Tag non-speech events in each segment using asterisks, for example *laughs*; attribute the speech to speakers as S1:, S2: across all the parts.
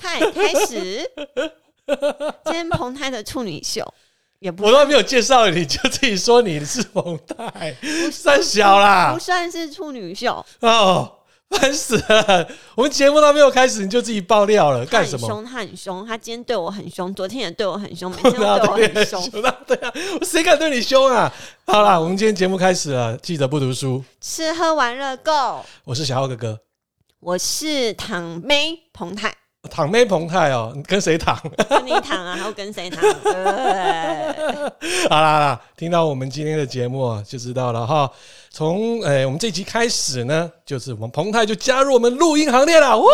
S1: 在开始。今天彭泰的处女秀也不
S2: 我都没有介绍你，就自己说你是蒙太，三小啦
S1: 不，算是处女秀，
S2: 哦，烦死了！我们节目都没有开始，你就自己爆料了，
S1: 他
S2: 干
S1: 很
S2: 什么？
S1: 凶，他很凶，他今天对我很凶，昨天也对我很凶，每天都
S2: 那
S1: 对我
S2: *laughs* 对
S1: 很
S2: 凶
S1: 凶，，
S2: 那对啊，谁敢对你凶啊？好啦，我们今天节目开始了，记得不读书，
S1: 吃喝玩乐够。
S2: 我是小浩哥哥，
S1: 我是躺妹彭泰，
S2: 躺妹彭泰哦，你跟谁躺？ *laughs*
S1: 跟你躺啊，还要跟谁躺？呃
S2: 好啦好啦，听到我们今天的节目啊，就知道了哈。从诶、呃我们这集开始呢，就是我们彭泰就加入我们录音行列了，呜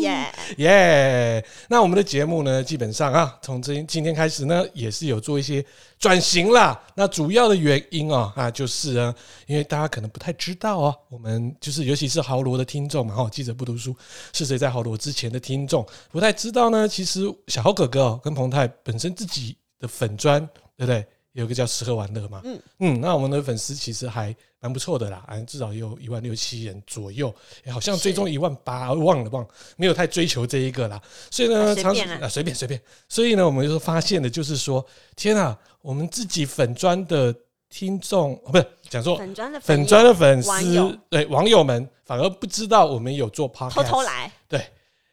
S1: 耶耶，
S2: 耶那我们的节目呢，基本上啊，从今今天开始呢，也是有做一些转型啦。那主要的原因哦，啊，就是啊，因为大家可能不太知道哦，我们就是尤其是豪罗的听众嘛，哈、哦记者不读书是谁在豪罗之前的听众不太知道呢。其实小豪哥哥哦，跟彭泰本身自己的粉砖，对不对？有一个叫吃喝玩乐嘛，嗯
S1: 嗯
S2: 嗯，那我们的粉丝其实还蛮不错的啦，啊，至少也有一万六七人左右，诶好像
S1: 是
S2: 最终一万八，忘了忘了，没有太追求这一个啦。所以呢，
S1: 啊随
S2: 常
S1: 便啦
S2: 啊随便随便，所以呢，我们就发现的就是说，天啊，我们自己粉砖的听众，哦不是讲说
S1: 粉砖的
S2: 粉
S1: 友
S2: 砖的粉
S1: 网友
S2: 丝，对网友们反而不知道我们有做 podcast，
S1: 偷偷来，
S2: 对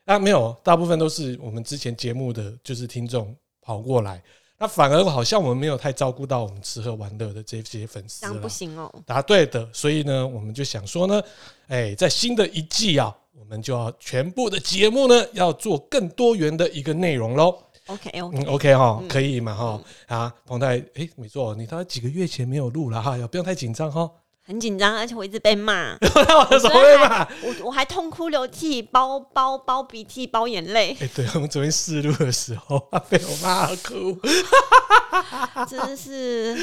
S2: 啊，没有，大部分都是我们之前节目的就是听众跑过来，那反而好像我们没有太照顾到我们吃喝玩乐的这些粉丝
S1: 这样
S2: 啦
S1: 不行哦。
S2: 答对的，所以呢，我们就想说呢，哎，在新的一季啊，我们就要全部的节目呢，要做更多元的一个内容喽。
S1: OK OK，
S2: 嗯，OK 哈、可以嘛哈、啊，彭太，哎，没错，你大概几个月前没有录了哈，也不用太紧张哈。
S1: 很紧张，而且我一直被
S2: *laughs*
S1: 骂，
S2: 那我的手会嘛？
S1: 我我还痛哭流涕，包包包鼻涕，包眼
S2: *laughs*
S1: 泪，
S2: 哎，对，我们昨天试录的时候，被我骂哭。
S1: 真是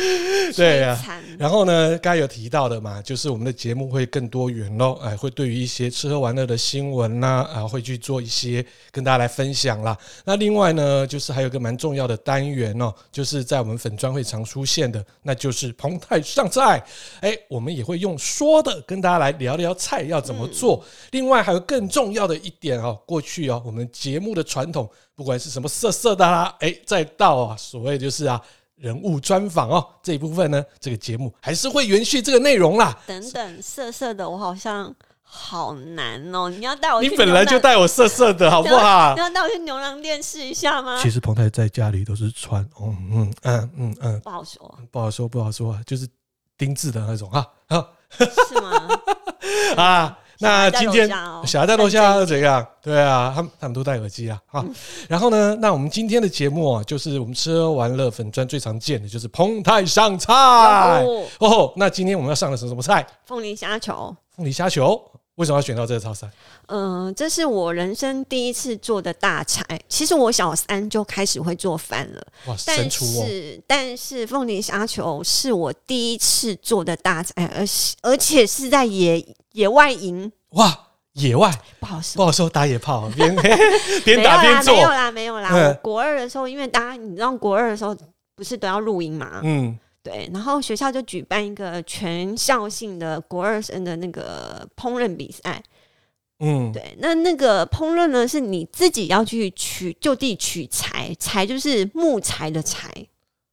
S2: 对啊
S1: 摧残
S2: 然后呢，刚才有提到的嘛，就是我们的节目会更多元咯，哎，会对于一些吃喝玩乐的新闻啦、啊，会去做一些跟大家来分享啦。那另外呢，就是还有一个蛮重要的单元哦，就是在我们粉专会常出现的，那就是彭泰上菜。哎，我们也会用说的跟大家来聊聊菜要怎么做。另外还有更重要的一点哦，过去哦，我们节目的传统，不管是什么色色的啦，哎，再到啊，所谓就是啊。人物专访哦，这一部分呢，这个节目还是会延续这个内容啦。
S1: 等等色色的，我好像好难哦。你要带我去
S2: 你
S1: 牛
S2: 本
S1: 郎，啊
S2: 来就带啊我色色的好不好
S1: 你？要带我去牛郎店试一下吗？
S2: 其实彭泰在家里都是穿，嗯嗯嗯嗯嗯，
S1: 不好说，
S2: 不好说不好说，就是定制的那种啊啊
S1: 是吗？
S2: 啊！那今天
S1: 嗯小孩在楼下哦
S2: 小孩在楼下又怎样？对啊，他们他们都戴耳机啊
S1: 嗯
S2: 啊！然后呢，那我们今天的节目啊，就是我们吃喝玩乐粉砖最常见的就是彭泰上菜
S1: 哦
S2: 哦。那今天我们要上的是什么菜？
S1: 凤梨虾球，
S2: 凤梨虾球。为什么要选到这个套餐？
S1: 嗯、这是我人生第一次做的大柴。其实我小三就开始会做饭了，
S2: 哇，神
S1: 但
S2: 厨哦！
S1: 是但是凤梨虾球是我第一次做的大菜，而是而且是在野野外营，
S2: 哇，野外
S1: 不好说
S2: 不。好说，打野炮，
S1: *laughs*
S2: 边边
S1: 没
S2: 打
S1: 有
S2: 边
S1: 啦，没有啊
S2: 做，
S1: 啦，没有啦。
S2: 嗯
S1: 我国二的时候，因为大家你知道，国二的时候不是都要录音嘛？
S2: 嗯，
S1: 对，然后学校就举办一个全校性的国二生的那个呃烹饪比赛。
S2: 嗯，
S1: 对，那那个烹饪呢，是你自己要去取就地取材，材就是木材的材。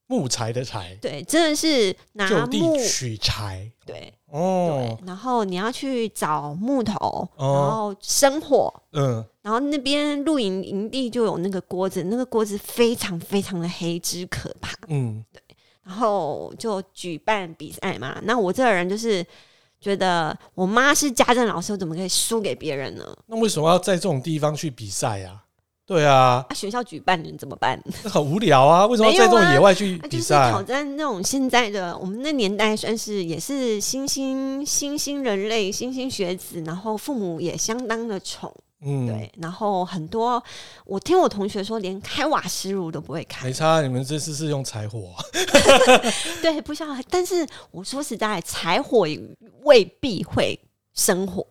S2: 木材的材，
S1: 对，真的是拿
S2: 就地
S1: 木。
S2: 取材，
S1: 对对
S2: 哦，，
S1: 然后你要去找木头，然
S2: 哦
S1: 后生火，
S2: 嗯，
S1: 然后那边露营营地就有那个锅子，那个锅子非常非常的黑之可怕。
S2: 嗯，
S1: 然后就举办比赛嘛。那我这个人就是觉得我妈是家政老师，我怎么可以输给别人呢？
S2: 那为什么要在这种地方去比赛呀？对啊，
S1: 啊，学校举办你怎么办？ *laughs*
S2: 那很无聊啊！为什么要在这种野外去
S1: 啊，就
S2: 比
S1: 是挑
S2: 赛？
S1: 战那种现在的我们那年代，算是也是新兴新兴人类、新兴学子，然后父母也相当的宠，
S2: 嗯，
S1: 对，然后很多我听我同学说，连开瓦斯炉都不会开
S2: 没，差，你们这次是用柴火，
S1: 对，不像。但是我说实在，柴火也未必会生火，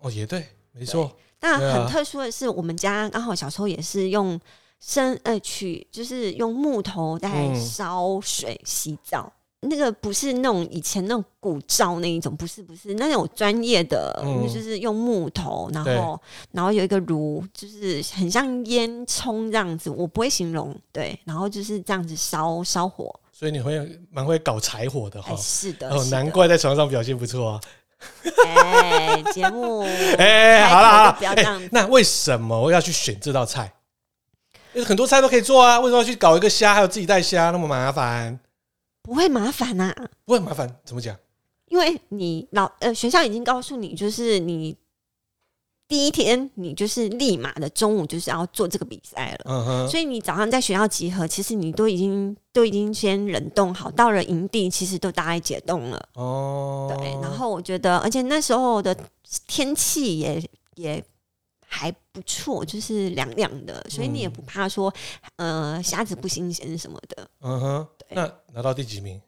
S2: 哦，也对，没错，
S1: 那
S2: 对啊
S1: 很特殊的是，我们家刚好小时候也是用生呃取，就是用木头在
S2: 嗯
S1: 烧水洗澡。那个不是那种以前那种古照那一种，不是不是那种专业的，
S2: 嗯
S1: 就是用木头，然
S2: 对
S1: 后然后有一个炉，就是很像烟囱这样子，我不会形容，对，然后就是这样子烧烧火，
S2: 所以你会蛮会搞柴火的哈
S1: 哎，。是的，
S2: 哦，
S1: 是的
S2: 难，怪在床上表现不错啊！
S1: 哎，节目，
S2: *laughs* 哎，好
S1: 开头
S2: 了好了
S1: 就，不要这样子
S2: 那为什么要去选这道菜？因为很多菜都可以做啊，为什么要去搞一个虾，还有自己带虾那么麻烦？
S1: 不会麻烦啊呐、
S2: 不会很麻烦，怎么讲？
S1: 因为你老呃学校已经告诉你，就是你第一天你就是立马的中午就是要做这个比赛了。
S2: 嗯哼，
S1: 所以你早上在学校集合，其实你都已经都已经先冷冻好，到了营地其实都大概解冻了。
S2: 哦，
S1: 对，然后我觉得，而且那时候的天气也也还不错，就是凉凉的，所以你也不怕说、呃虾子不新鲜什么的。
S2: 嗯哼，
S1: 对
S2: 那拿到第几名？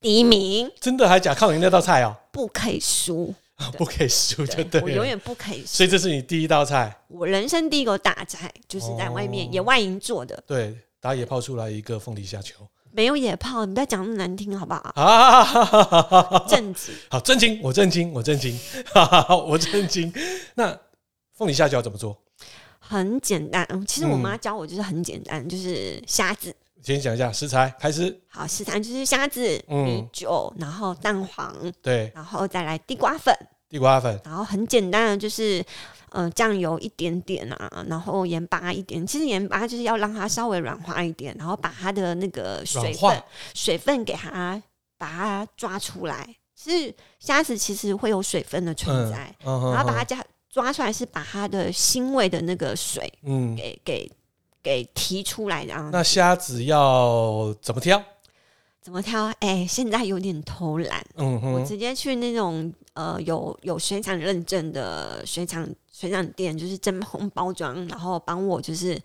S1: 第一名
S2: 真的还假靠你那道菜哦，
S1: 不可以输，
S2: *laughs* 不可以输就对
S1: 我永
S2: 了。
S1: 远不可以输。
S2: 所以这是你第一道菜，
S1: 我人生第一个大菜就是在外面
S2: 哦
S1: 野外营做的，
S2: 对，打野泡出来一个凤梨虾球
S1: 没有野炮，你不要讲那么难听好不 *laughs* 好？
S2: 啊！哈哈哈哈哈哈
S1: 正直，
S2: 好震惊，我震惊，我震惊，哈哈哈 *laughs* 我震惊。那凤梨虾球要怎么做？
S1: 很简单。嗯其实我
S2: 嗯
S1: 妈教我就是很简单，就是虾子。
S2: 先讲一下食材，开始。
S1: 好，食材就是虾子、
S2: 嗯
S1: 米酒，然后蛋黄，
S2: 对，
S1: 然后再来地瓜粉，
S2: 地瓜粉，
S1: 然后很简单的就是，呃，酱油一点点啊，然后盐巴一点。其实盐巴就是要让它稍微软化一点，然后把它的那个水
S2: 软
S1: 分
S2: 化
S1: 水分给它把它抓出来。其实虾子其实会有水分的存在，
S2: 嗯哼
S1: 然后把它
S2: 哼
S1: 加抓出来是把它的腥味的那个水
S2: 嗯，
S1: 给给给提出来，然后
S2: 那虾子要怎么挑？
S1: 怎么挑？哎，现在有点偷懒。
S2: 嗯
S1: 我
S2: 哼，
S1: 直接去那种呃有有水产认证的水产水产店，就是真空包装，然后帮我就是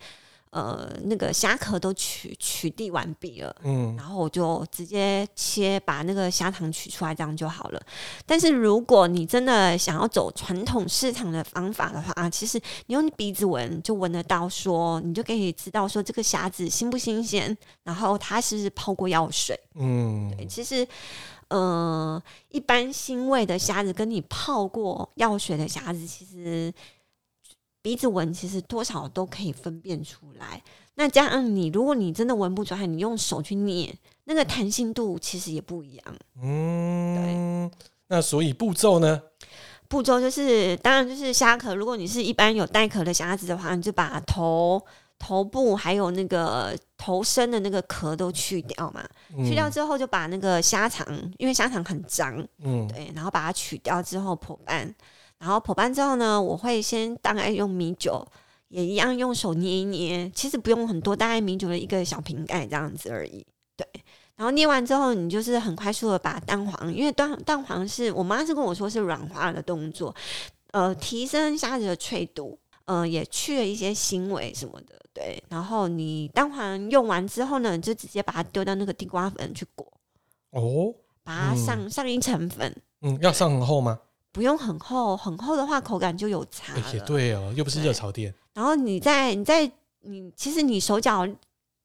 S1: 呃那个虾壳都取取缔完毕了。
S2: 嗯
S1: 然后我就直接切，把那个虾糖取出来，这样就好了。但是如果你真的想要走传统市场的方法的话，啊，其实你用鼻子闻就闻得到说你就可以知道说这个虾子新不新鲜，然后它是不是泡过药水。
S2: 嗯
S1: 对，其实，呃，一般腥味的虾子跟你泡过药水的虾子，其实鼻子闻其实多少都可以分辨出来。那加上你，如果你真的闻不出来，你用手去捏，那个弹性度其实也不一样。
S2: 嗯，那所以步骤呢？
S1: 步骤就是，当然就是虾壳，如果你是一般有带壳的虾子的话，你就把头。头部还有那个头身的那个壳都去掉嘛，
S2: 嗯
S1: 去掉之后就把那个虾肠，因为虾肠很脏，
S2: 嗯
S1: 对，然后把它取掉之后破拌，然后破拌之后呢，我会先大概用米酒，也一样用手捏一捏，其实不用很多，大概米酒的一个小瓶盖这样子而已。对，然后捏完之后，你就是很快速的把蛋黄，因为蛋蛋黄是我妈是跟我说是软化的动作，呃，提升虾子的脆度，呃，也去了一些腥味什么的。对，然后你蛋黄用完之后呢，你就直接把它丢到那个地瓜粉去裹，
S2: 哦
S1: 把它上、上一层粉，
S2: 嗯，要上很厚吗？
S1: 不用很厚，很厚的话口感就有差
S2: 哎
S1: 了。
S2: 也对哦，又不是热炒店。
S1: 然后你在你在你其实你手脚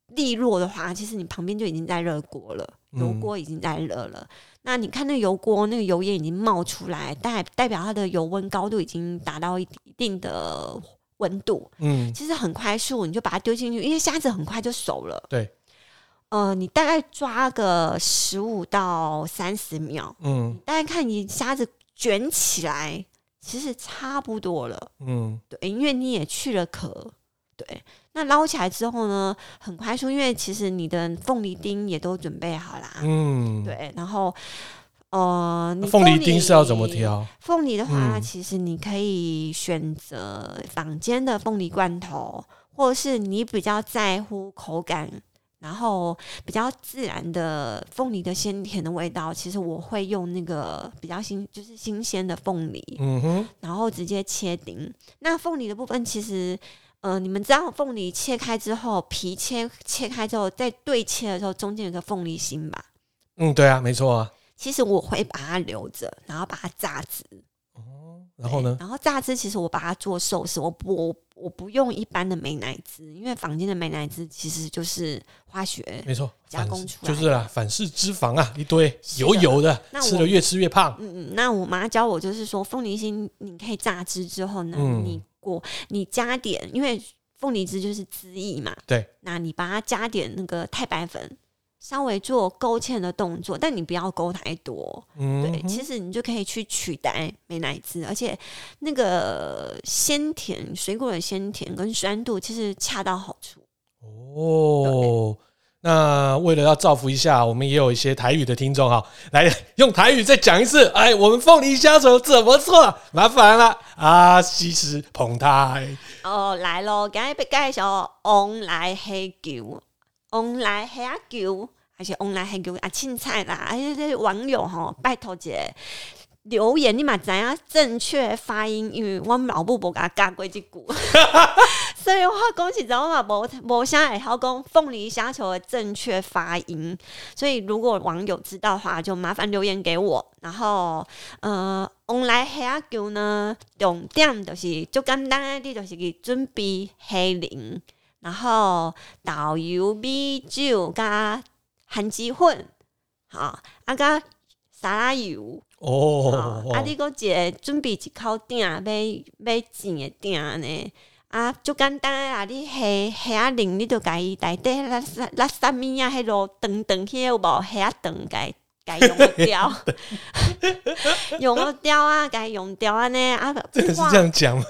S1: 利落的话，其实你旁边就已经在热锅了，油
S2: 嗯
S1: 锅已经在热了。那你看那油锅那个油烟已经冒出来，代代表它的油温高度已经达到一一定的温度，
S2: 嗯，
S1: 其实很快速，你就把它丢进去，因为虾子很快就熟了。
S2: 对，
S1: 呃，你大概抓个十五到三十秒，
S2: 嗯
S1: 大家看你虾子卷起来，其实差不多了，
S2: 嗯
S1: 对，因为你也去了壳，对。那捞起来之后呢，很快速，因为其实你的凤梨丁也都准备好啦，
S2: 嗯，。
S1: 对。然后，呃，你
S2: 那凤梨丁是要怎么？挑？
S1: 凤梨的话，
S2: 嗯
S1: 其实你可以选择坊间的凤梨罐头，或是你比较在乎口感，然后比较自然的凤梨的鲜甜的味道。其实我会用那个比较新，就是新鲜的凤梨，
S2: 嗯哼，
S1: 然后直接切丁。那凤梨的部分，其实呃，你们知道凤梨切开之后，皮切切开之后，在对切的时候，中间有个凤梨心吧？
S2: 嗯，对啊，没错啊。
S1: 其实我会把它留着，然后把它榨汁。
S2: 哦，然后呢？
S1: 然后榨汁其实我把它做寿司，我不我我不用一般的美乃滋，因为坊间的美乃滋其实就是化学。
S2: 没错，
S1: 加
S2: 反
S1: 工出来
S2: 就是啦，反式脂肪啊，一堆
S1: 是的
S2: 油油的，
S1: 那
S2: 吃
S1: 我
S2: 了越吃越胖。
S1: 嗯嗯，那我妈教我就是说，凤梨心你可以榨汁之后呢，
S2: 嗯
S1: 你果你加点，因为凤梨汁就是汁液嘛，
S2: 对，
S1: 那你把它加点那个太白粉，稍微做勾芡的动作，但你不要勾太多。
S2: 嗯
S1: 对，，其实你就可以去取代美乃滋，而且那个鲜甜水果的鲜甜跟酸度其实恰到好处。
S2: 哦，那为了要造福一下，我们也有一些台语的听众哈，来用台语再讲一次。哎，我们凤梨虾球怎么做？麻烦了啊，西施捧台。
S1: 哦，来咯，今日要介绍旺来黑球，旺来黑啊球，还是旺来黑球啊，青菜啦，哎，这些网友吼，拜托一下留言你嘛知影正确发音，因为我老母无甲教过即句，所以我讲实在我嘛无无啥会晓讲凤梨虾球的正确发音，所以如果网友知道的话，就麻烦留言给我。然后，呃，往来虾球呢，重点就是就简单的，你就是去准备黑磷，然后豆油、米酒加番薯粉，好，啊加沙拉油。
S2: 哦
S1: 哦，，啊，
S2: *laughs*
S1: 你讲一个准备一口鼎，啊买买钱的鼎呢？啊，就简单的啊！你虾虾啊鳞，你就家己内底那啥那啥物啊，迄落长长迄个有无虾啊长，家
S2: *laughs*
S1: 家用个掉， *laughs* 用个掉啊，家用掉安尼啊，
S2: 真的是 *laughs* 这样讲吗？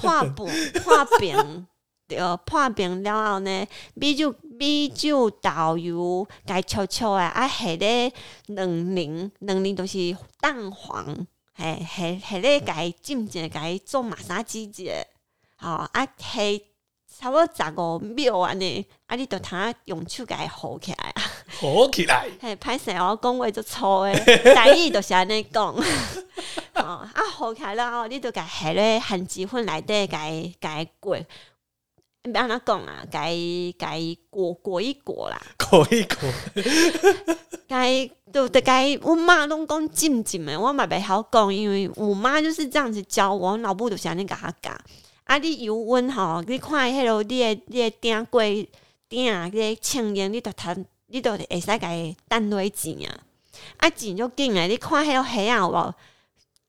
S1: 破饼破饼，对，破饼了后呢，米酒米酒豆油，该悄悄的啊，下咧两零两零都是蛋黄，嘿嘿下咧该浸一该做马杀鸡一下，吼、啊下差不多十五秒安尼，啊你就通用手该好起来啊，
S2: 火起
S1: *laughs*
S2: 来！
S1: 嘿歹势我讲话就粗诶， *laughs* 台语就是安尼讲。 *laughs* 哦，啊，好起来了哦，你就甲下咧番薯粉内底甲伊甲伊滚，要安怎讲啊？甲伊甲伊裹裹一裹啦，
S2: 口一口，
S1: 甲伊就得甲伊。我妈拢讲浸浸的，我嘛袂晓讲，因为我妈就是这样子教我，我老母就是安尼甲我教。啊，你油温吼，你看迄落你的你的鼎过鼎啊，你的清烟，你就趁你就会使甲伊等落钱啊。啊，钱就紧诶，你看迄落虾啊有无？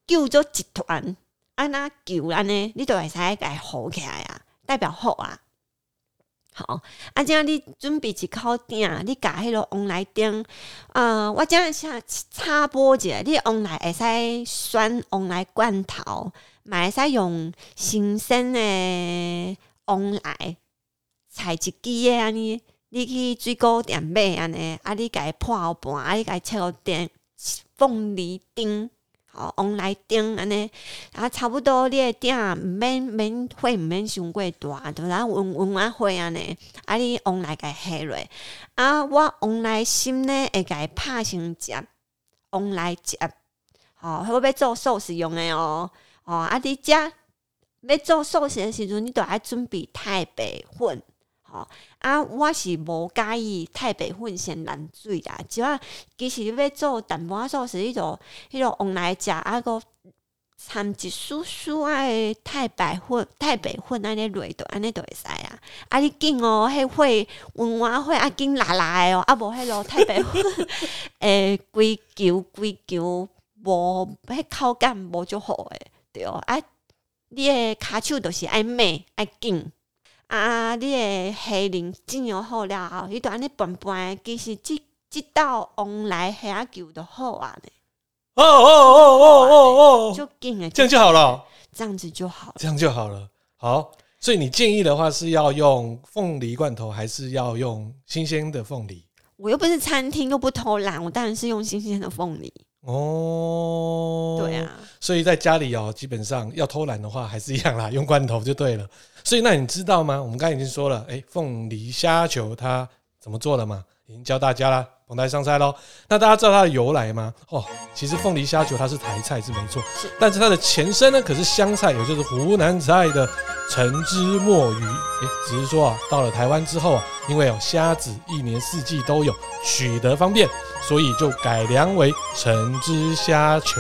S1: 救做一团，安那救安尼，你就会使甲伊好起来啊，代表好啊。好，啊，即你准备一口鼎，你甲迄落往来鼎，呃，我今日下插播者，你往来会使选往来罐头，嘛会使用新鲜的往来，采一支的安尼，你去水果店买安尼，啊，你家破好盘，啊，你家切好丁，凤梨丁，吼，往来丁安尼，啊，差不多你的鼎毋免免火毋免伤过大，就咱温温啊火安尼，啊，你往来家下落，啊，我往来心呢会家拍成汁，往来汁，吼、哦，我要做寿司用的哦，哦，啊，你遮要做寿司的时阵，你都爱准备太白粉。吼、啊，我是无介意太白粉先冷水啦，只要其实你要做淡薄仔寿司，你就迄落往来食啊个掺一丝丝啊的太白粉、太白粉安尼落就安尼就会使啊。啊，你紧哦，迄火温温火啊紧辣辣的哦，啊无迄落太白粉 *laughs* 诶，规球规球无迄口感无足好诶，对哦啊。你的骹手就是爱美爱紧啊！你的虾仁浸油好了后，你就安尼拌拌的，其实即即道往来虾球就好啊呢，
S2: 哦哦哦哦哦哦，
S1: 就紧诶，
S2: 这样就好了，
S1: 这样子就好了。
S2: 这样就好了。好，所以你建议的话是要用凤梨罐头，还是要用新鲜的凤梨？
S1: 我又不是餐厅，又不偷懒，我当然是用新鲜的凤梨。
S2: 哦，
S1: 对，啊，
S2: 所以在家里哦，基本上要偷懒的话，还是一样啦，用罐头就对了。所以那你知道吗？我们刚才已经说了，哎，凤梨虾球它怎么做的嘛？已经教大家啦，捧台上菜喽。那大家知道它的由来吗？哦，其实凤梨虾球它是台菜是没错，
S1: 是
S2: 但是它的前身呢，可是湘菜，也就是湖南菜的橙汁墨鱼。哎，只是说啊，到了台湾之后啊，因为有虾子一年四季都有，取得方便，所以就改良为橙汁虾球。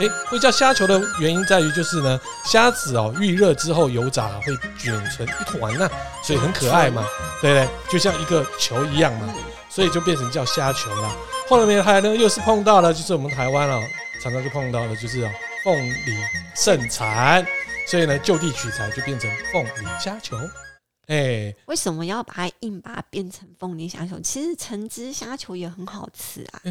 S2: 诶，会叫虾球的原因在于就是呢，虾子哦预热之后油炸会卷成一团呐、所以很可爱嘛，对不对？就像一个球一样嘛，所以就变成叫虾球啦。后来呢，还呢又是碰到了，就是我们台湾哦，常常就碰到了，就是哦凤梨盛产，所以呢就地取材就变成凤梨虾球。哎，
S1: 为什么要把它硬把它变成凤梨虾球？其实橙汁虾球也很好吃啊。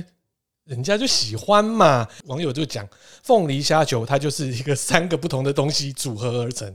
S2: 人家就喜欢嘛。网友就讲，凤梨虾球它就是一个三个不同的东西组合而成，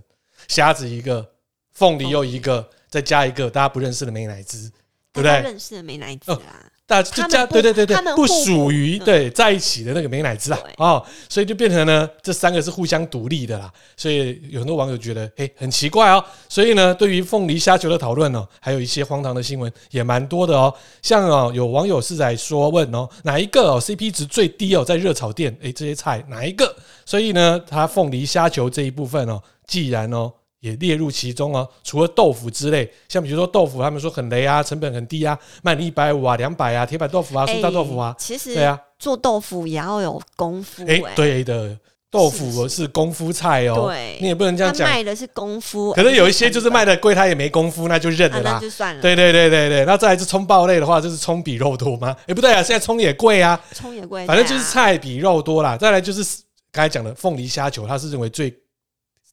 S2: 虾子一个，凤梨又一个，再加一个大家不认识的美乃滋，对不
S1: 大家
S2: 对？
S1: 认识的美乃滋啊，
S2: 大家就
S1: 他们
S2: 加
S1: 不
S2: 对对对对
S1: 他，们
S2: 不
S1: 互补
S2: 属于
S1: 嗯
S2: 对在一起的那个美乃滋啊
S1: 对，
S2: 哦，所以就变成呢，这三个是互相独立的啦。所以有很多网友觉得，哎，很奇怪哦。所以呢，对于凤梨虾球的讨论哦，还有一些荒唐的新闻也蛮多的哦。像哦，有网友是在说问哦，哪一个哦 CP 值最低哦，在热炒店，哎，这些菜哪一个？所以呢，它凤梨虾球这一部分哦，既然哦。也列入其中哦。除了豆腐之类，像比如说豆腐，他们说很雷啊，成本很低啊，卖你一百五啊、两百啊，铁板豆腐啊、
S1: 哎
S2: 素炸豆腐啊，
S1: 其实
S2: 对啊，
S1: 做豆腐也要有功夫
S2: 哎、
S1: 哎。
S2: 对的，豆腐是功夫菜哦，
S1: 对
S2: 你也不能这
S1: 他
S2: 样讲。
S1: 卖的是功夫，
S2: 可是有一些
S1: 而不
S2: 就是卖的贵，他也没功夫，那就认
S1: 成
S2: 了
S1: 本，啊
S2: 啦
S1: 那。就算了。
S2: 对对对对对，那再来是葱爆类的话，就是葱比肉多吗？哎、不对啊，现在葱也贵啊，
S1: 葱也贵，
S2: 反正就是
S1: 对啊
S2: 菜比肉多啦。再来就是刚才讲的凤梨虾球，他是认为最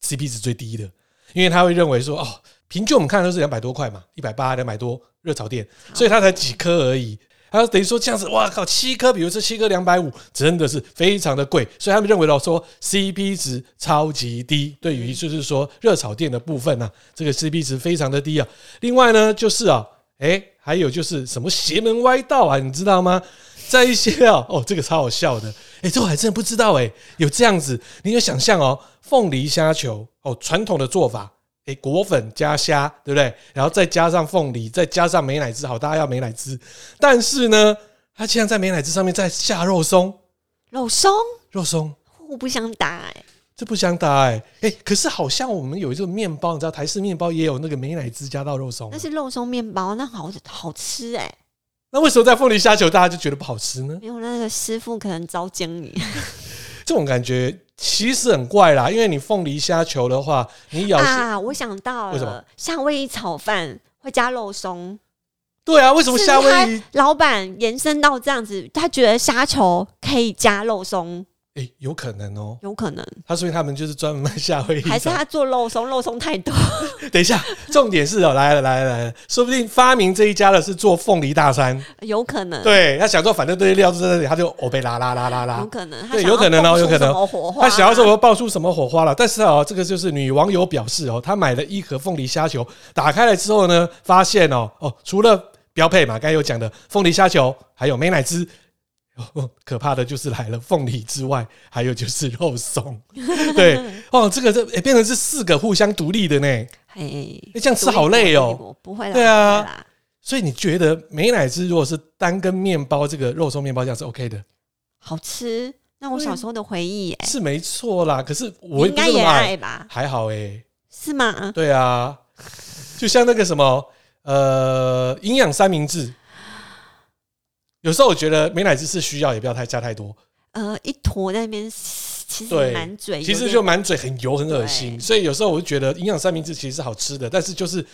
S2: CP 值最低的，因为他会认为说哦，平均我们看都是两百多块嘛，一百八、两百多热炒店，所以他才几颗而已。他等于说这样子，哇靠，七颗，比如这七颗两百五，真的是非常的贵，所以他们认为到说 CP 值超级低，对于就是说热炒店的部分呢、啊，这个 CP 值非常的低啊。另外呢，就是啊，哎，还有就是什么邪门歪道啊，你知道吗？在一些哦，哦，这个超好笑的，哎、这我还真不知道哎、有这样子，你有想象哦，凤梨虾球哦，传统的做法，哎、果粉加虾，对不对？然后再加上凤梨，再加上美乃滋，好，大家要美乃滋，但是呢，它竟然在美乃滋上面再下肉松，
S1: 肉松
S2: 肉松。
S1: 互不相打哎。
S2: 这不相搭哎、哎、可是好像我们有一种面包，你知道台式面包也有那个美乃滋加到肉松啊
S1: 那，是肉松面包，那好好吃哎、
S2: 那为什么在凤梨虾球大家就觉得不好吃呢？
S1: 没有那个师傅可能糟践你。
S2: 这种感觉其实很怪啦，因为你凤梨虾球的话，你咬、
S1: 啊，我想到
S2: 为什么
S1: 了，夏威夷炒饭会加肉松，
S2: 对啊，为什么夏威
S1: 是
S2: 夷
S1: 他？老板延伸到这样子，他觉得虾球可以加肉松，
S2: 哎、有可能哦、
S1: 有可能
S2: 他所以他们就是专门卖夏威夷
S1: 还是
S2: 炒
S1: 他做肉松，肉松太多， *laughs*
S2: 等一下，重点是哦、来了来了来了，说不定发明这一家的是做凤梨大餐，
S1: 有可能，
S2: 对他想说反正这些料都在那里，他就哦被拉拉拉拉
S1: 有
S2: 拉，
S1: 可啊能，他
S2: 对
S1: 想
S2: 有可能哦
S1: 要
S2: 有可能
S1: 蹦出什么火花
S2: 他想要说我爆出什么火花了。但是哦，这个就是女网友表示哦，她买了一盒凤梨虾球，打开了之后呢，发现哦哦，除了标配嘛，刚才有讲的凤梨虾球，还有美乃滋。哦，可怕的就是来了凤梨之外，还有就是肉松， *laughs* 对哦，这个这、诶变成是四个互相独立的呢，
S1: 嘿，
S2: 这样吃好累哦
S1: 独立国，不会啦，
S2: 对啊
S1: 不会啦
S2: 所以你觉得美乃滋如果是单跟面包这个肉松面包酱是 OK 的，
S1: 好吃，那我小时候的回忆、哎，
S2: 是没错啦。可是
S1: 你
S2: 我
S1: 应该
S2: 不是
S1: 也
S2: 那么爱
S1: 爱吧？
S2: 还好哎、
S1: 是吗？
S2: 对啊，就像那个什么呃营养三明治，有时候我觉得美乃滋是需要，也不要太加太多，
S1: 呃，一坨在那边，其实
S2: 对
S1: 满嘴有
S2: 其
S1: 点，
S2: 实就满嘴很油很恶心，
S1: 对
S2: 所以有时候我就觉得营养三明治其实是好吃的，但是就是。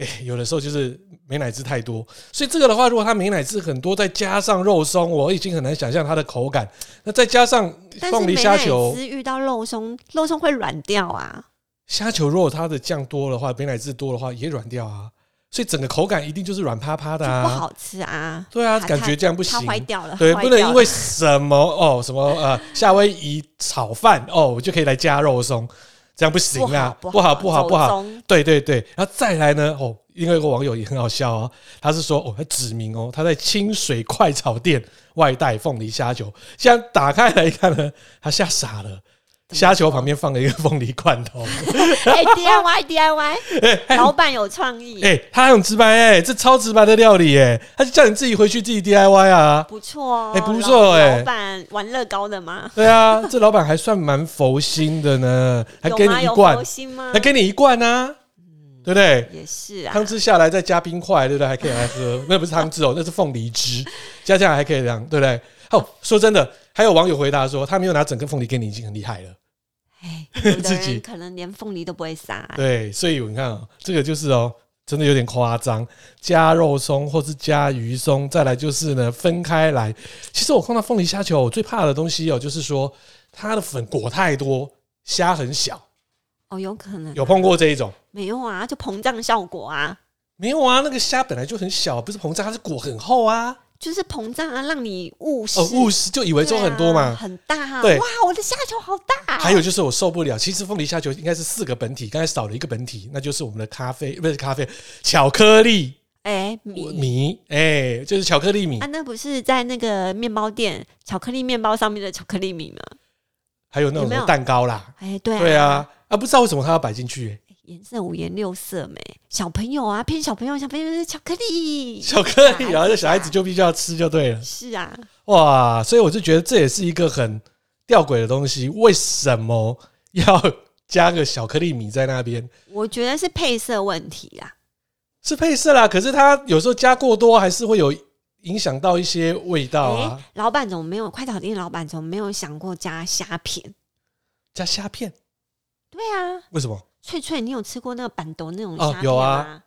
S2: 哎、有的时候就是美乃滋太多，所以这个的话，如果它美乃滋很多，再加上肉松，我已经很难想象它的口感。那再加上
S1: 但是
S2: 凤
S1: 美
S2: 梨
S1: 乃
S2: 虾球，
S1: 滋遇到肉松，肉松会软掉啊。
S2: 虾球如果它的酱多的话，美乃滋多的话也软掉啊，所以整个口感一定就是软趴趴
S1: 就
S2: 的啊，
S1: 不好吃啊，
S2: 对啊，
S1: 它
S2: 感觉这样不
S1: 它
S2: 行。
S1: 坏掉了，
S2: 对，
S1: 它坏
S2: 不能
S1: 掉
S2: 因
S1: 了
S2: 为什么哦，什么呃，夏威夷炒饭哦，我就可以来加肉松，这样不行啊，
S1: 不
S2: 不
S1: 好
S2: 好，不好，不
S1: 走
S2: 好。
S1: 中
S2: 对对对，然后再来呢，哦，另外一个网友也很好笑哦，他是说哦，他指明哦，他在清水快炒店外带凤梨虾球，这样打开来一看呢，他吓傻了。虾球旁边放了一个凤梨罐头，
S1: *laughs* 哎 DIY
S2: *laughs*
S1: DIY，老板有创意，
S2: 哎、他很直白哎、这超直白的料理哎、他就叫你自己回去自己 DIY 啊。
S1: 不错哦，
S2: 哎不错
S1: 老
S2: 哎
S1: 老板玩乐高的吗？
S2: 对啊，这老板还算蛮佛心的呢，还
S1: 有
S2: 给
S1: 吗？
S2: 你一
S1: 有
S2: 罐
S1: 佛，心吗嗯
S2: 还？给你一罐啊，对不对？
S1: 也是啊，
S2: 汤汁下来再加冰块，对不对？还
S1: *laughs*
S2: 可以来喝，那不是汤汁哦，那是凤梨汁，加进来还可以这样，对不对？哦，说真的，还有网友回答说，他没有拿整根凤梨给你已经很厉害了。
S1: 哎，有的
S2: 自己
S1: 人可能连凤梨都不会杀、
S2: 对，所以你看、哦，这个就是哦，真的有点夸张，加肉松或是加鱼松，再来就是呢分开来。其实我看到凤梨虾球，我最怕的东西哦，就是说它的粉裹太多，虾很小。
S1: 哦，有可能
S2: 有碰过这一种？
S1: 没有啊，就膨胀效果啊，
S2: 没有啊，那个虾本来就很小，不是膨胀，它是裹很厚啊。
S1: 就是膨胀啊，让你误食，
S2: 哦，误食就以为
S1: 对
S2: 中
S1: 啊
S2: 很多嘛。
S1: 很大、啊
S2: 对
S1: 哇，我的虾球好大、啊
S2: 还有就是我受不了，其实凤梨虾球应该是四个本体，刚才少了一个本体，那就是我们的咖啡，不是咖啡，巧克力
S1: 哎、米
S2: 米，哎、就是巧克力米
S1: 啊，，那不是在那个面包店巧克力面包上面的巧克力米吗？
S2: 还有那种
S1: 有没有
S2: 蛋糕啦，
S1: 哎、对、啊，
S2: 对啊，啊，不知道为什么它要摆进去、欸
S1: 颜色五颜六色没？小朋友啊，骗小朋友，小朋友是巧克力，
S2: 巧克力，
S1: *laughs* 啊
S2: 然后这小孩子就必须要吃就对了，
S1: 是啊，
S2: 哇，所以我就觉得这也是一个很吊诡的东西，为什么要加个巧克力米在那边？
S1: 我觉得是配色问题啊。
S2: 是配色啦，可是它有时候加过多还是会有影响到一些味道
S1: 哎、
S2: 啊，
S1: 老板怎么没有？快炒店老板怎么没有想过加虾片？
S2: 加虾片，
S1: 对啊，
S2: 为什么？
S1: 翠翠，你有吃过那个板豆那种
S2: 哦
S1: 虾片吗？
S2: 有啊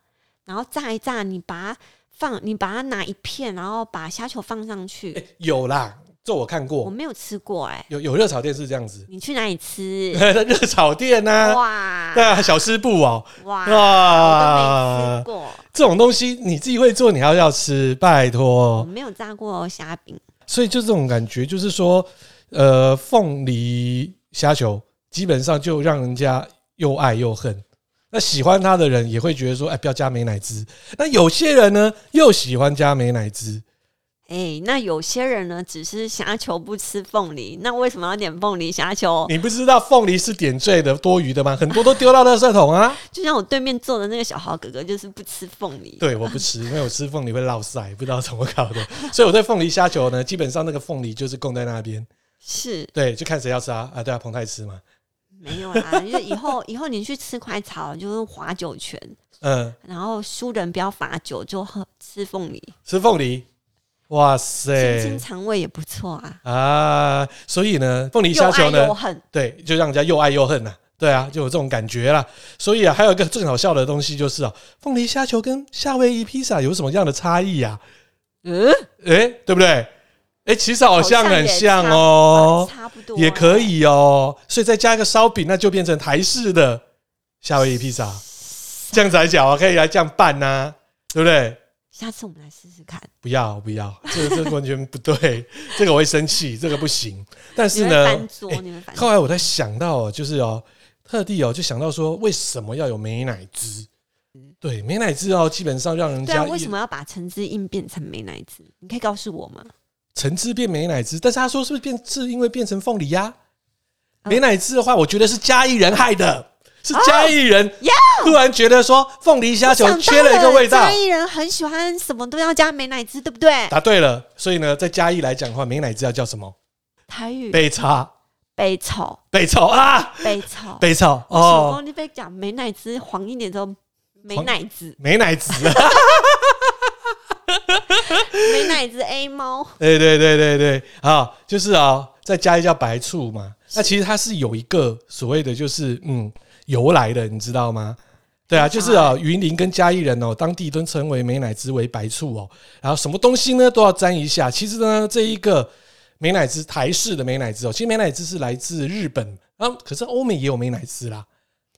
S1: 然后炸一炸，你把它放，你把它拿一片，然后把虾球放上去。
S2: 哎、有啦，这我看
S1: 我
S2: 过，
S1: 没有吃过哎、
S2: 有有热炒店是这样 *laughs* 子，
S1: 你去哪里
S2: *laughs*
S1: 吃？
S2: 热炒店呐、啊，
S1: 哇
S2: 对啊，小吃部哦、
S1: 哇，
S2: *laughs*
S1: 我都没
S2: 哇
S1: 吃，过，
S2: 这种东西你自己会做，你还要吃，拜
S1: 我
S2: 托。
S1: 没有炸过虾饼。
S2: 所以就这种感觉，就是说，呃，凤梨虾球基本上就让人家又爱又恨。那喜欢它的人也会觉得说，哎，不要加美乃滋。那有些人呢，又喜欢加美乃滋，
S1: 哎、那有些人呢，只是虾球不吃凤梨，那为什么要点凤梨虾球？
S2: 你不知道凤梨是点缀的多余的吗？很多都丢到垃圾桶啊。
S1: 就像我对面坐的那个小豪哥哥，就是不吃凤梨。
S2: *laughs* 对，我不吃，因为我吃凤梨会落腮，不知道怎么搞的。 *laughs* 所以我对凤梨虾球呢，基本上那个凤梨就是供在那边，
S1: 是
S2: 对，就看谁要吃啊啊，对啊，彭泰吃嘛，
S1: 没有啦，就是以后以后你去吃快炒，就是划九拳，
S2: 嗯。
S1: 然后输人不要罚酒，就喝吃凤梨，
S2: 吃凤梨，哇
S1: 清
S2: 塞
S1: 清肠胃也不错啊。
S2: 啊！所以呢，凤梨
S1: 又
S2: 虾
S1: 爱
S2: 球呢
S1: 又，恨，
S2: 对，就让人家又爱又恨呐、对啊，就有这种感觉啦。所以啊，还有一个更好笑的东西就是啊，凤梨虾球跟夏威夷披萨有什么样的差异啊？
S1: 嗯，
S2: 诶、对不对？诶、其实好像
S1: 好像
S2: 很
S1: 也
S2: 像
S1: 差
S2: 哦，
S1: 差不多
S2: 也可
S1: 欸。
S2: 以哦。所以再加一个烧饼，那就变成台式的夏威夷披萨，这样子来讲啊，可以来这样拌呐、对不对？
S1: 下次我们来试试看，
S2: 不要不要，这个这个完全不对，这个我会生气，这个不行。但
S1: 你
S2: 是
S1: 们
S2: 呢，哎
S1: 翻桌，
S2: 诶
S1: 你们翻桌。
S2: 后来我在想到哦，就是哦，特地哦就想到说，为什么要有美乃滋？对，美乃滋哦，基本上让人
S1: 嗯对啊，
S2: 家
S1: 为什么要把橙汁硬变成美乃滋？你可以告诉我吗？
S2: 橙汁变美乃滋？但是他说是不是变是因为变成凤梨呀、
S1: 嗯
S2: 美乃滋的话，我觉得是嘉义人害的，是嘉义人
S1: 哦
S2: 突然觉得说凤梨虾球缺了一个味道
S1: 嘉。义人很喜欢什么都要加美乃滋，对不对？
S2: 答对了，所以呢，在嘉义来讲的话，美乃滋要叫什么？
S1: 台语
S2: 北茶，
S1: 北草
S2: 北草啊，
S1: 北草
S2: 北草
S1: 手
S2: 哦。
S1: 工你被讲美乃滋黄一点都美乃滋
S2: 美乃滋，
S1: 美乃滋 A 猫
S2: 对对对对对，啊，就是啊、再加一叫白醋嘛。那其实它是有一个所谓的，就是嗯由来的，你知道吗？对啊，就是啊、云林跟嘉义人哦，当地都称为美乃滋为白醋哦。然后什么东西呢都要沾一下。其实呢，这一个美乃滋台式的美乃滋哦，其实美乃滋是来自日本，啊，可是欧美也有美乃滋啦，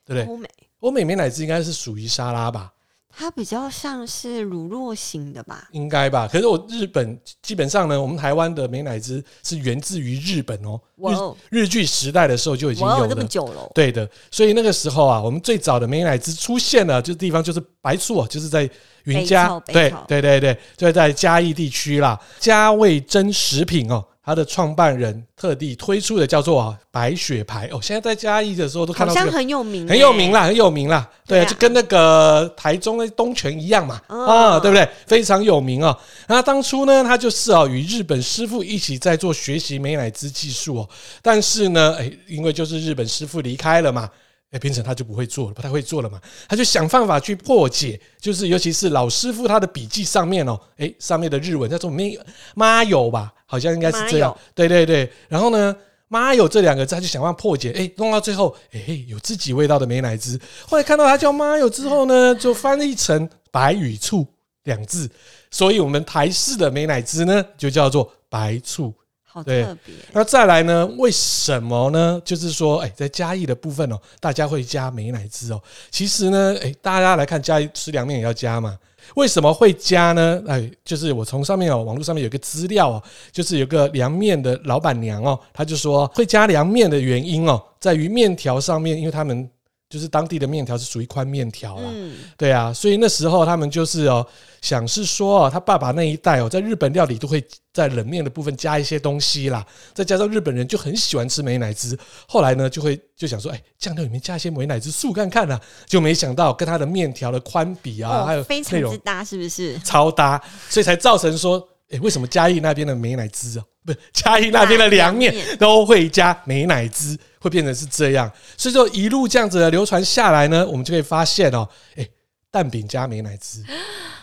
S2: 对不对？
S1: 欧美，
S2: 欧美美乃滋应该是属于沙拉吧？
S1: 它比较像是乳酪型的吧？
S2: 应该吧？可是我日本基本上呢，我们台湾的美乃滋是源自于日本哦，
S1: 哇哦
S2: 日日据时代的时候就已经
S1: 我
S2: 有
S1: 这么
S2: 了。
S1: 久了，
S2: 对的，所以那个时候啊，我们最早的美乃滋出现了，就是地方就是白醋啊，就是在云嘉，
S1: 北
S2: 对
S1: 草
S2: 对对对，就在嘉义地区啦。嘉味珍食品哦，它的创办人特地推出的叫做啊白雪牌哦，现在在嘉义的时候都看
S1: 好
S2: 到这
S1: 像
S2: 个
S1: 很有名欸，
S2: 很有名啦，很有名啦，对啊，
S1: 对啊
S2: 就跟那个台中的东泉一样嘛，
S1: 嗯
S2: 啊，对不对？非常有名哦。那当初呢，他就是哦，与日本师傅一起在做学习美乃滋技术哦，但是呢，哎，因为就是日本师傅离开了嘛。哎，变成他就不会做了，不太会做了嘛，他就想办法去破解，就是尤其是老师傅他的笔记上面哦，哎，上面的日文叫做没妈有吧，好像应该是这
S1: 麻
S2: 样
S1: 油。
S2: 对对对，然后呢，妈有这两个字，他就想办法破解，哎，弄到最后，哎，有自己味道的美乃滋。后来看到它叫妈有之后 *laughs* 呢，就翻译成白与醋两字，所以我们台式的美乃滋呢就叫做白醋
S1: 好
S2: 对
S1: 特别，
S2: 那再来呢？为什么呢？就是说，哎、在嘉义的部分哦，大家会加美乃滋哦。其实呢，哎、大家来看嘉义吃凉面也要加嘛。为什么会加呢？哎、就是我从上面哦，网络上面有一个资料哦，就是有个凉面的老板娘哦，她就说会加凉面的原因哦，在于面条上面，因为他们就是当地的面条是属于宽面条啦，
S1: 嗯，
S2: 对啊，所以那时候他们就是哦，想是说哦，他爸爸那一代哦，在日本料理都会在冷面的部分加一些东西啦，再加上日本人就很喜欢吃美乃滋，后来呢就会就想说，哎，酱料里面加一些美乃滋素看看啦、就没想到跟它的面条的宽比啊，还有
S1: 哦，非
S2: 内
S1: 常
S2: 容
S1: 之搭，是不是？
S2: 超搭，所以才造成说，哎，为什么嘉义那边的美乃滋啊， *laughs* 不是嘉义那边的凉面
S1: 大 *laughs* 凉面
S2: 都会加美乃滋，会变成是这样。所以说一路这样子的流传下来呢，我们就会发现哦，哎，蛋饼加美
S1: *laughs*
S2: 乃滋，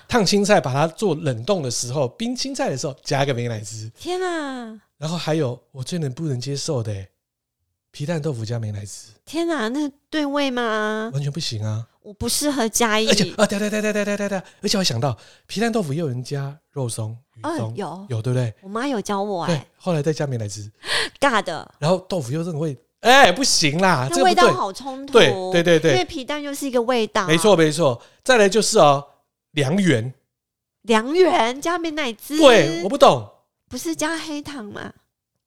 S2: 烫青菜把它做冷冻的时候，冰青菜的时候加个美乃滋，
S1: 天啊，
S2: 然后还有我最能不能接受的诶皮蛋豆腐加美乃滋，
S1: 天啊，那对味吗？
S2: 完全不行啊！
S1: 我不适合嘉义
S2: 而，且啊，对对对对对对对对，而且我想到皮蛋豆腐也有人加肉松、鱼
S1: 嗯
S2: 松，，
S1: 有，
S2: 有对不对？
S1: 我妈有教我，
S2: 对
S1: 哎，，
S2: 后来再加美乃滋，
S1: 尬的，
S2: 然后豆腐又这个味，哎、不行啦，这
S1: 那
S2: 个
S1: 味
S2: 不
S1: 道
S2: 对，
S1: 好冲突，
S2: 对对对
S1: 因为
S2: 对，
S1: 皮蛋又是一个味道，
S2: 没错没错。再来就是哦，良缘，
S1: 良缘加美乃滋，
S2: 对，我不懂，
S1: 不是加黑糖吗？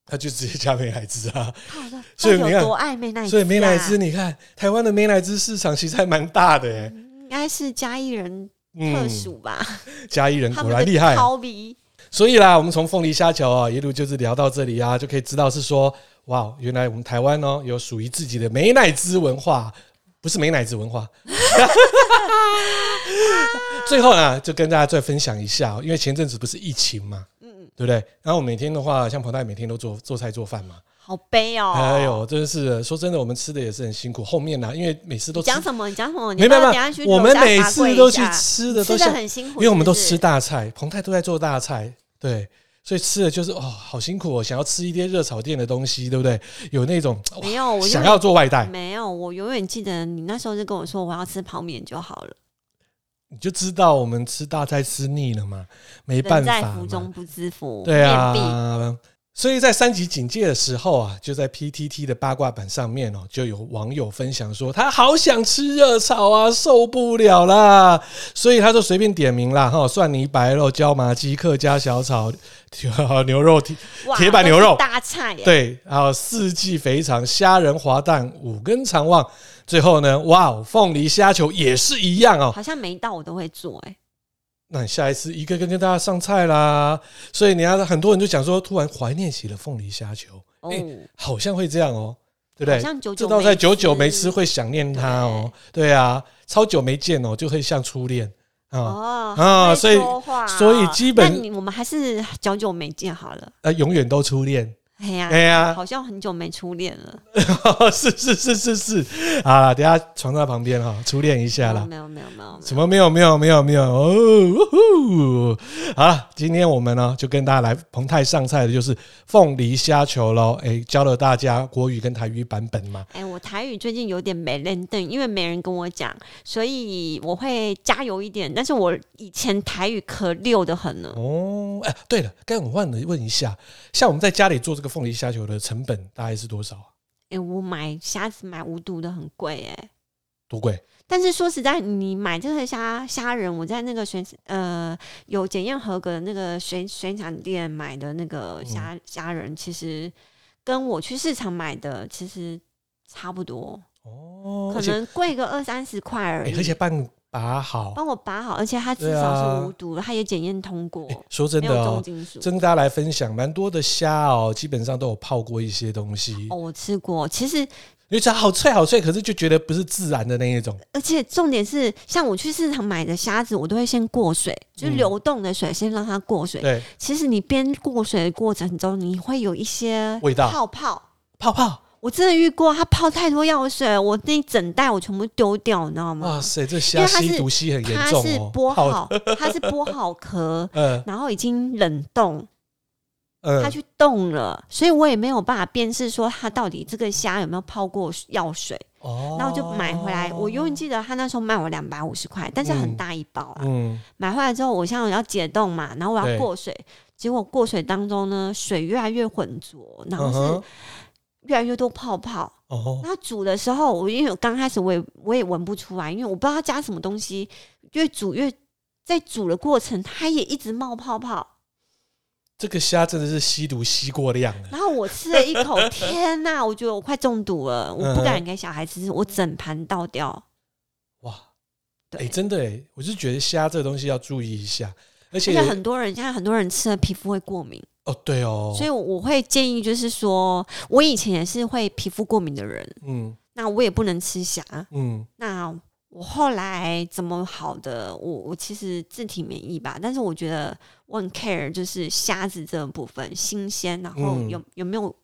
S2: 他就直接加美乃滋啊。
S1: 好的，
S2: 所以
S1: 到底
S2: 你看
S1: 有多爱美乃滋、啊，
S2: 所以美乃滋，你看台湾的美乃滋市场其实还蛮大的耶，
S1: 应该是嘉义人特
S2: 嗯，
S1: 属吧？
S2: 嘉义人
S1: 他
S2: 果
S1: 们
S2: 然
S1: 的
S2: 嗯厉害。
S1: 超迷
S2: 所以啦，我们从凤梨虾球啊一路就是聊到这里啊，就可以知道是说，哇，原来我们台湾哦有属于自己的美乃滋文化，不是美乃滋文化。最后呢，就跟大家再分享一下哦、因为前阵子不是疫情嘛，
S1: 嗯，
S2: 对不对？然后我每天的话，像彭太每天都做做菜做饭嘛，
S1: 好悲哦。
S2: 哎呦，真是的说真的，我们吃的也是很辛苦。后面呢、啊因为每次都
S1: 你
S2: 吃
S1: 讲什么？你讲什么？你
S2: 没
S1: 要
S2: 办
S1: 不要
S2: 法
S1: 等一下去，
S2: 我
S1: 楼
S2: 们
S1: 下
S2: 每
S1: 罚跪
S2: 次
S1: 一
S2: 都去
S1: 下
S2: 吃的都
S1: 吃
S2: 是
S1: 的很辛苦，
S2: 因为我们都
S1: 是不
S2: 吃
S1: 是
S2: 大菜，彭泰都在做大菜，对，所以吃的就是哦，好辛苦哦，想要吃一些热炒店的东西，对不对？有那种哇
S1: 没有，我永
S2: 想要做外带，
S1: 没有，我永远记得你那时候就跟我说我要吃泡面就好了，
S2: 你就知道我们吃大菜吃腻了嘛，没办
S1: 人在
S2: 法嘛
S1: 福中不知福，
S2: 对
S1: 面壁
S2: 啊。所以在三级警戒的时候啊，就在 PTT 的八卦版上面哦，就有网友分享说他好想吃热炒啊，受不了啦，所以他就随便点名啦，哈，蒜泥白肉、椒麻鸡、客家小炒、 *laughs* 牛肉蹄
S1: 哇
S2: 铁板
S1: 都
S2: 牛
S1: 是
S2: 肉
S1: 大菜耶，
S2: 对，还有四季肥肠、虾仁滑蛋、五根肠旺，最后呢，哇哦，凤梨虾球也是一样哦。
S1: 好像每一道我都会做哎，
S2: 那你下一次一个个跟大家上菜啦。所以你看，很多人就讲说，突然怀念起了凤梨虾球，
S1: 哦，
S2: 哎好像会这样哦，对不
S1: 好
S2: 对？
S1: 像久
S2: 这
S1: 久
S2: 道菜久久
S1: 没
S2: 没吃，会想念它哦。对啊，超久没见哦，就会像初恋啊，
S1: 哦
S2: 啊
S1: 会
S2: 所以
S1: 说话哦
S2: 所以基本
S1: 那你我们还是久久没见好了，
S2: 呃，永远都初恋。
S1: 哎呀，
S2: 哎呀， *laughs*
S1: 好像很久没初恋了，
S2: 是是是是是啊，等一下床在旁边哈，初恋一下
S1: 没哦
S2: 啦
S1: 有。没有没有没有，
S2: 什么没有没有没有没有哦！呜呼好了，今天我们呢就跟大家来彭泰上菜的就是凤梨虾球喽。哎、教了大家国语跟台语版本嘛。
S1: 哎、我台语最近有点没人等，因为没人跟我讲，所以我会加油一点。但是我以前台语可溜的很呢，
S2: 哦，哎、对了，该我忘了问一下，像我们在家里做这个凤梨虾球的成本大概是多少啊？
S1: 哎、我买虾子买无毒的很贵哎、
S2: 多贵？
S1: 但是说实在，你买这个虾虾仁，我在那个水呃有检验合格的那个水水产店买的那
S2: 嗯
S1: 个虾虾仁，其实跟我去市场买的其实差不多，
S2: 哦，
S1: 可
S2: 而且、
S1: 能贵个二三十块而
S2: 哎
S1: 已。
S2: 而且半把好。
S1: 帮我拔好，而且它至
S2: 对
S1: 少
S2: 啊
S1: 是无毒的，它也检验通过。
S2: 哎说真
S1: 没
S2: 的
S1: 有
S2: 哦
S1: 重，金属。
S2: 真跟大家来分享，蛮多的虾哦，基本上都有泡过一些东西，
S1: 哦，我吃过，其实
S2: 因为它好脆好脆，可是就觉得不是自然的那一种。
S1: 而且重点是，像我去市场买的虾子，我都会先过水，就是
S2: 嗯
S1: 流动的水先让它过水。
S2: 对，
S1: 其实你边过水的过程中，你会有一些
S2: 味道
S1: 泡泡。
S2: 泡泡。
S1: 我真的遇过，它泡太多药水，我那一整袋我全部丢掉，你知道
S2: 哇
S1: 吗？
S2: 塞，这
S1: 因
S2: 虾
S1: 为它
S2: 吸
S1: 是
S2: 毒吸很严
S1: 它
S2: 重
S1: 是
S2: 哦， *laughs*
S1: 剥
S2: 泡
S1: 好，它是剥好壳，
S2: 呃
S1: 然后已经冷冻，
S2: 嗯
S1: 它去冻了，所以我也没有办法辨识说它到底这个虾有没有泡过药水。
S2: 哦
S1: 那我就买回来，我永远记得他那时候卖我两百五十块，但是很大一包啊。
S2: 嗯
S1: 买回来之后，我现在要解冻嘛，然后我
S2: 对
S1: 要过水，结果过水当中呢，水越来越浑浊，然后
S2: 嗯
S1: 是
S2: 哼
S1: 越来越多泡泡。
S2: 哦
S1: 那煮的时候，我因为我刚开始我也我也闻不出来，因为我不知道它加什么东西，越煮越在煮的过程，它也一直冒泡泡。
S2: 这个虾真的是吸毒吸过量了，
S1: 然后我吃了一口，天呐，我觉得我快中毒了，我不
S2: 嗯
S1: 敢给小孩吃，我整盘倒掉。
S2: 哇！哎、
S1: 对，
S2: 真的哎、我是觉得虾这个东西要注意一下，而
S1: 而
S2: 且
S1: 且很多人现在很多人吃了皮肤会过敏，
S2: 哦对哦，
S1: 所以我会建议就是说，我以前也是会皮肤过敏的人，
S2: 嗯
S1: 那我也不能吃虾。
S2: 嗯
S1: 那我后来怎么好的？我我其实自体免疫吧，但是我觉得我很 care 就是虾子这个部分新鲜，然后
S2: 嗯
S1: 有有没有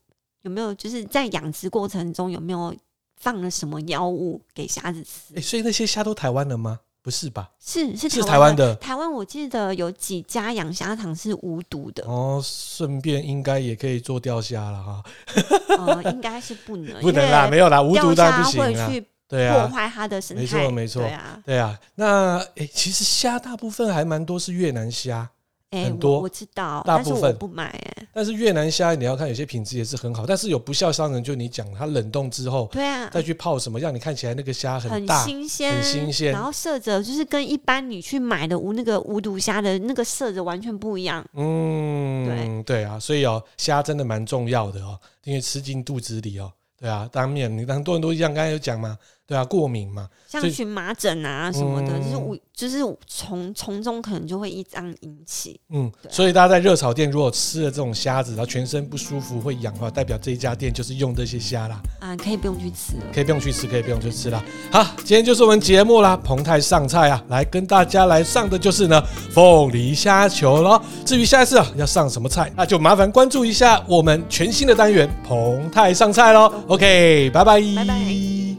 S1: 有没有就是在养殖过程中有没有放了什么药物给虾子吃
S2: 哎、？所以那些虾都台湾的吗？不是吧？
S1: 是是
S2: 是
S1: 台
S2: 台湾
S1: 湾
S2: 的
S1: 台湾我记得有几家养虾场是无毒的，
S2: 哦，顺便应该也可以做钓虾了哈，
S1: 呃，应该是不能，
S2: 不能啦，没有啦，无
S1: 因
S2: 毒
S1: 为钓
S2: 当
S1: 虾
S2: 然不行
S1: 会
S2: 啦，
S1: 去
S2: 对
S1: 破
S2: 啊，
S1: 坏它的生态，
S2: 没错没错
S1: 对啊，
S2: 对啊。那哎、诶其实虾大部分还蛮多是越南虾，
S1: 哎、
S2: 很多
S1: 我我知道，
S2: 大
S1: 但是
S2: 部
S1: 我
S2: 分
S1: 不买、哎，
S2: 但是越南虾你要看有些品质也是很好，但是有不孝商人，就你讲它冷冻之后
S1: 对啊，
S2: 再去泡什么，让你看起来那个虾
S1: 很
S2: 大，
S1: 新鲜，
S2: 很新鲜
S1: 然后色泽就是跟一般你去买的无那个无毒虾的那个色泽完全不一样。
S2: 嗯，对啊，所以哦，虾真的蛮重要的哦，因为吃进肚子里哦，对啊，当面你很多人都一样，刚才有讲嘛，对啊，过敏嘛，
S1: 像
S2: 所以
S1: 荨麻疹啊什么的，
S2: 嗯
S1: 就是我就是从从中可能就会一张引起。
S2: 嗯，
S1: 对啊
S2: 所以大家在热炒店如果吃了这种虾子，然后全身不舒服会痒的话，代表这一家店就是用这些虾啦，
S1: 啊，可以不用去吃了。
S2: 可以不用去吃，可以不用去吃啦。好，今天就是我们节目啦，彭泰上菜啊，来跟大家来上的就是呢凤梨虾球咯。至于下一次啊要上什么菜，那就麻烦关注一下我们全新的单元彭泰上菜喽。OK，拜拜，
S1: 拜拜